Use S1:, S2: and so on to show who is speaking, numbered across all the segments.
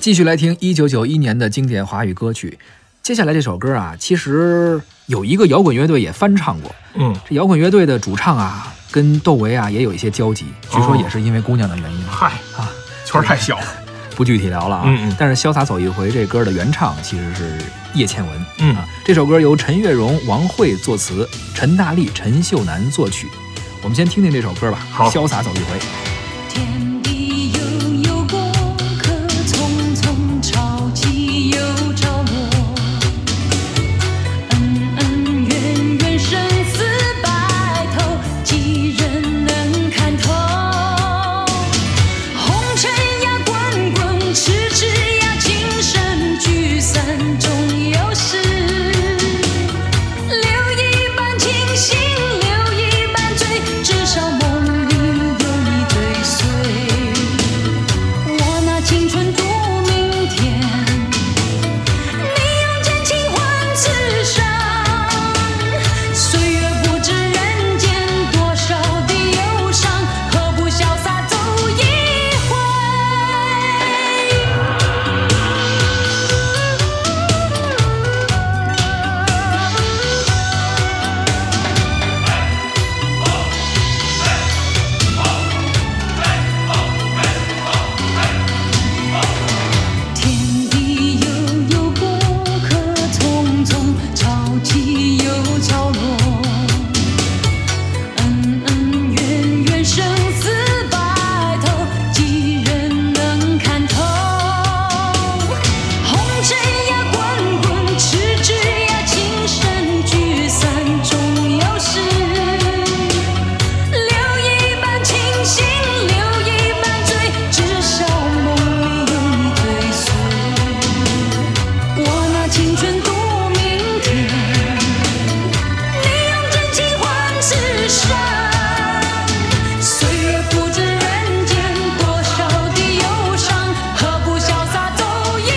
S1: 继续来听一九九一年的经典华语歌曲。接下来这首歌啊，其实有一个摇滚乐队也翻唱过。
S2: 嗯，
S1: 这摇滚乐队的主唱啊，跟窦唯啊也有一些交集，据说
S2: 哦
S1: 也是因为姑娘的原因，
S2: 嗨
S1: 啊，
S2: 圈儿太小。
S1: 不具体聊了啊。
S2: 嗯嗯
S1: 但是《潇洒走一回》这歌的原唱其实是叶倩文。
S2: 嗯
S1: 啊，这首歌由陈月荣、王慧作词，陈大力、陈秀楠作曲。我们先听听这首歌吧，
S2: 好
S1: 潇洒走一回》。
S3: 天地悠悠，功课匆匆，潮起又潮落。恩恩怨怨，生死白头，几人能看透？红尘呀，滚滚；痴痴呀，情深。聚散终有时，留一半清醒，留一半醉，至少梦里有你追随。我拿青春赌明天。你用真情换此生，岁月不知人间多少的忧伤，何不潇洒走一回？天地悠悠，过客匆匆，潮起又潮落。恩恩怨怨，生死白头，几人能看透？红尘呀，滚滚；痴痴呀，情深。聚散终有时。留一半清醒，留一半醉，至少梦里有你追随。我拿青春赌明天，你用真情换此生。岁月不知人间多少的忧伤，何不潇洒走一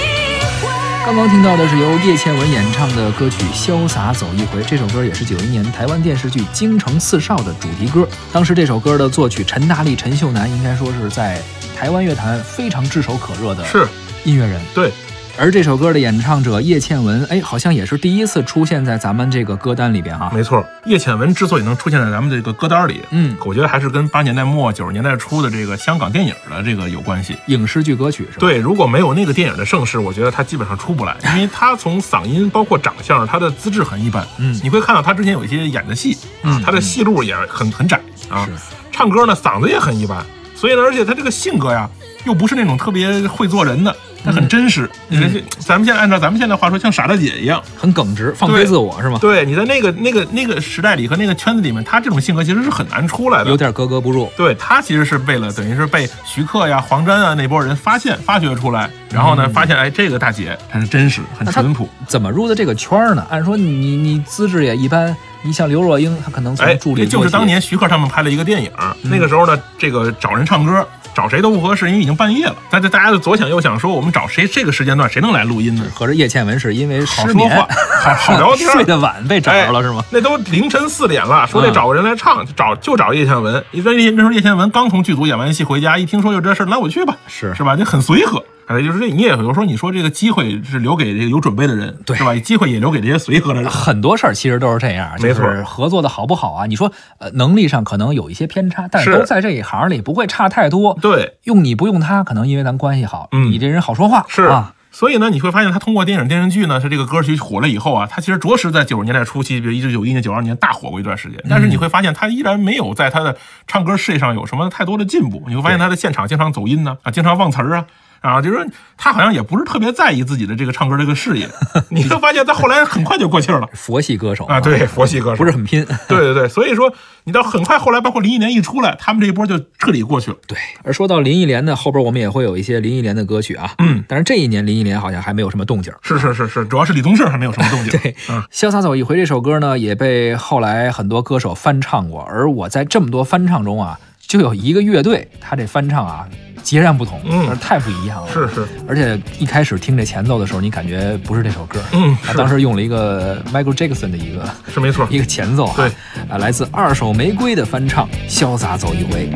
S3: 回？
S1: 刚刚听到的是由叶倩文演唱的歌曲《潇洒走一回》，这首歌也是九一年台湾电视剧《京城四少》的主题歌。当时这首歌的作曲陈大力、陈秀楠，应该说是在台湾乐坛非常炙手可热的
S2: 是
S1: 音乐人。
S2: 对，
S1: 而这首歌的演唱者叶倩文，哎，好像也是第一次出现在咱们这个歌单里边啊。
S2: 没错。叶倩文之所以能出现在咱们这个歌单里，
S1: 嗯，
S2: 我觉得还是跟八年代末九十年代初的这个香港电影的这个有关系。
S1: 影视剧歌曲是吧？，
S2: 对，如果没有那个电影的盛世，我觉得他基本上出不来，因为他从嗓音包括长相，他的资质很一般。
S1: 嗯
S2: 你会看到他之前有一些演的戏，啊
S1: 嗯
S2: 他的戏路也很很窄啊
S1: 是。
S2: 唱歌呢，嗓子也很一般，所以呢，而且他这个性格呀，又不是那种特别会做人的，他很真实。你看这咱们现在按照咱们现在话说，像傻大姐一样。
S1: 很耿直，放飞
S2: 对
S1: 自我是吗？
S2: 对，你在那个那个那个时代里和那个圈子里面，他这种性格其实是很难出来
S1: 有
S2: 的。
S1: 点格格不入。
S2: 对他其实是为
S1: 嗯
S2: 了等于是被徐克呀、黄沾啊那波人发现、发掘出来，然后呢，发现哎，这个大姐她是真实、很
S1: 嗯那她
S2: 淳朴。
S1: 怎么入的这个圈儿呢？按说你你资质也一般，你像刘若英，她可能
S2: 哎，
S1: 从助理
S2: 这就
S1: 做
S2: 是
S1: 起
S2: 当年徐克他们拍了一个电影，
S1: 嗯
S2: 那个时候呢，这个找人唱歌。找谁都不合适，因为已经半夜了。大家大家就左想右想，说我们找谁？这个时间段谁能来录音呢？
S1: 合着叶倩文是因为
S2: 好
S1: 失
S2: 说
S1: 眠
S2: 话，好好聊天儿，
S1: 睡得晚被找着了是吗？
S2: 哎那都凌晨四点了，说得
S1: 嗯
S2: 找个人来唱，就找就找叶倩文。一说叶那时候叶倩文刚从剧组演完戏回家，一听说有这事儿，那我去吧，
S1: 是
S2: 是吧？就很随和。哎，就是这你也有时候你说这个机会是留给这个有准备的人，
S1: 对啊
S2: 是吧？机会也留给这些随和的人。
S1: 很多事儿其实都是这样，就
S2: 没错
S1: 是合作的好不好啊？你说，呃，能力上可能有一些偏差，但是
S2: 是
S1: 都在这一行里，不会差太多。
S2: 对，
S1: 用你不用他，可能因为咱关系好，
S2: 嗯
S1: 你这人好说话
S2: 是。
S1: 啊，
S2: 所以呢，你会发现他通过电影、电视剧呢，是这个歌曲火了以后啊，他其实着实在九十年代初期，比如一九九一年、九二年大火过一段时间。但是你会发现，他依然没有在他的唱歌事业上有什么太多的进步。你会发现他的现场经常走音呢，啊，经常忘词儿啊。啊，就是说他好像也不是特别在意自己的这个唱歌这个事 业，你会发现他后来很快就过气儿了
S1: 佛系歌手
S2: 啊。 对，佛系歌手
S1: 不是很 拼。
S2: 对对对，所以说你到很快后来，包括零一年一出来，他们这一波就彻底过去了。
S1: 对，而说到林忆莲呢，后边我们也会有一些林忆莲的歌曲啊，嗯，但是这一年林忆莲好像还没有什么动静儿。
S2: 是是是是，主要是李宗盛还没有什么动静。
S1: 对，
S2: 嗯
S1: 潇洒走一回》这首歌呢，也被后来很多歌手翻唱过。而我在这么多翻唱中啊，就有一个乐队，他这翻唱啊截然不同，
S2: 嗯
S1: 而太不一样了。
S2: 是是，
S1: 而且一开始听这前奏的时候，你感觉不是这首歌。
S2: 嗯，
S1: 他
S2: 是
S1: 当时用了一个 Michael Jackson 的一个
S2: 是没错。
S1: 一个前奏啊，
S2: 对
S1: 啊，来自二手玫瑰的翻唱《潇洒走一回》。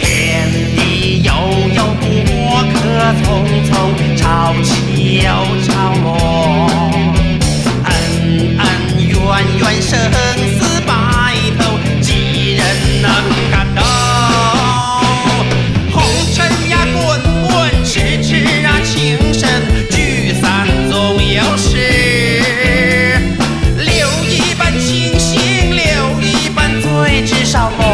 S4: 天地少梦。